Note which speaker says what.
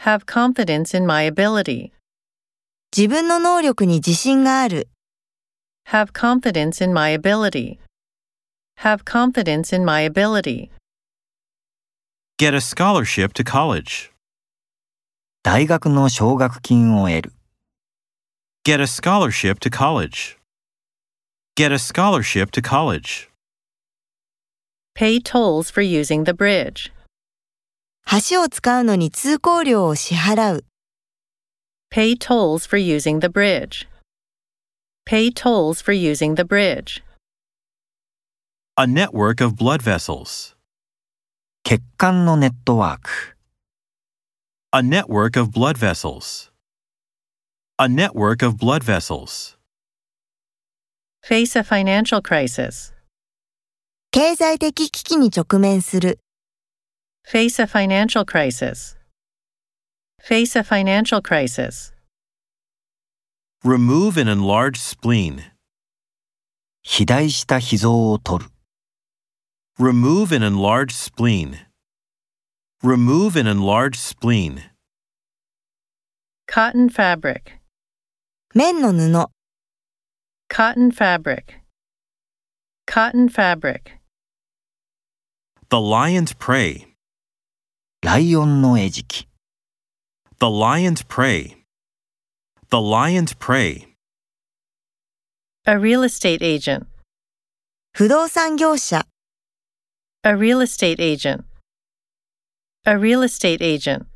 Speaker 1: have confidence in my ability,
Speaker 2: 自分の能力に自信がある。
Speaker 1: have confidence in my ability, have confidence in my ability,
Speaker 3: Get a scholarship to college.
Speaker 4: 大学の奨学金を得る。
Speaker 3: Get a scholarship to college. Get a scholarship to college.
Speaker 1: pay tolls for using the bridge,
Speaker 2: 橋を使うのに通行料を支払う。
Speaker 1: pay tolls for using the bridge, pay tolls for using the bridge.
Speaker 3: A network of blood vessels.
Speaker 4: 血管のネットワーク。
Speaker 3: A network of blood vessels. A network of blood vessels.
Speaker 1: Face a financial crisis,
Speaker 2: 経済的危機に直面する。
Speaker 1: face a financial crisis, face a financial crisis.
Speaker 3: Remove an enlarged spleen.
Speaker 4: 肥大した脾臓を取る。
Speaker 3: Remove an enlarged spleen. Remove an enlarged spleen.
Speaker 1: Cotton fabric,
Speaker 2: 綿の布。
Speaker 1: cotton fabric, cotton fabric.
Speaker 3: The lion's prey.
Speaker 4: ライオンの餌食。
Speaker 3: The lion's prey. The lion's prey.
Speaker 1: A real estate agent,
Speaker 2: 不動産業者。
Speaker 1: a real estate agent, a real estate agent.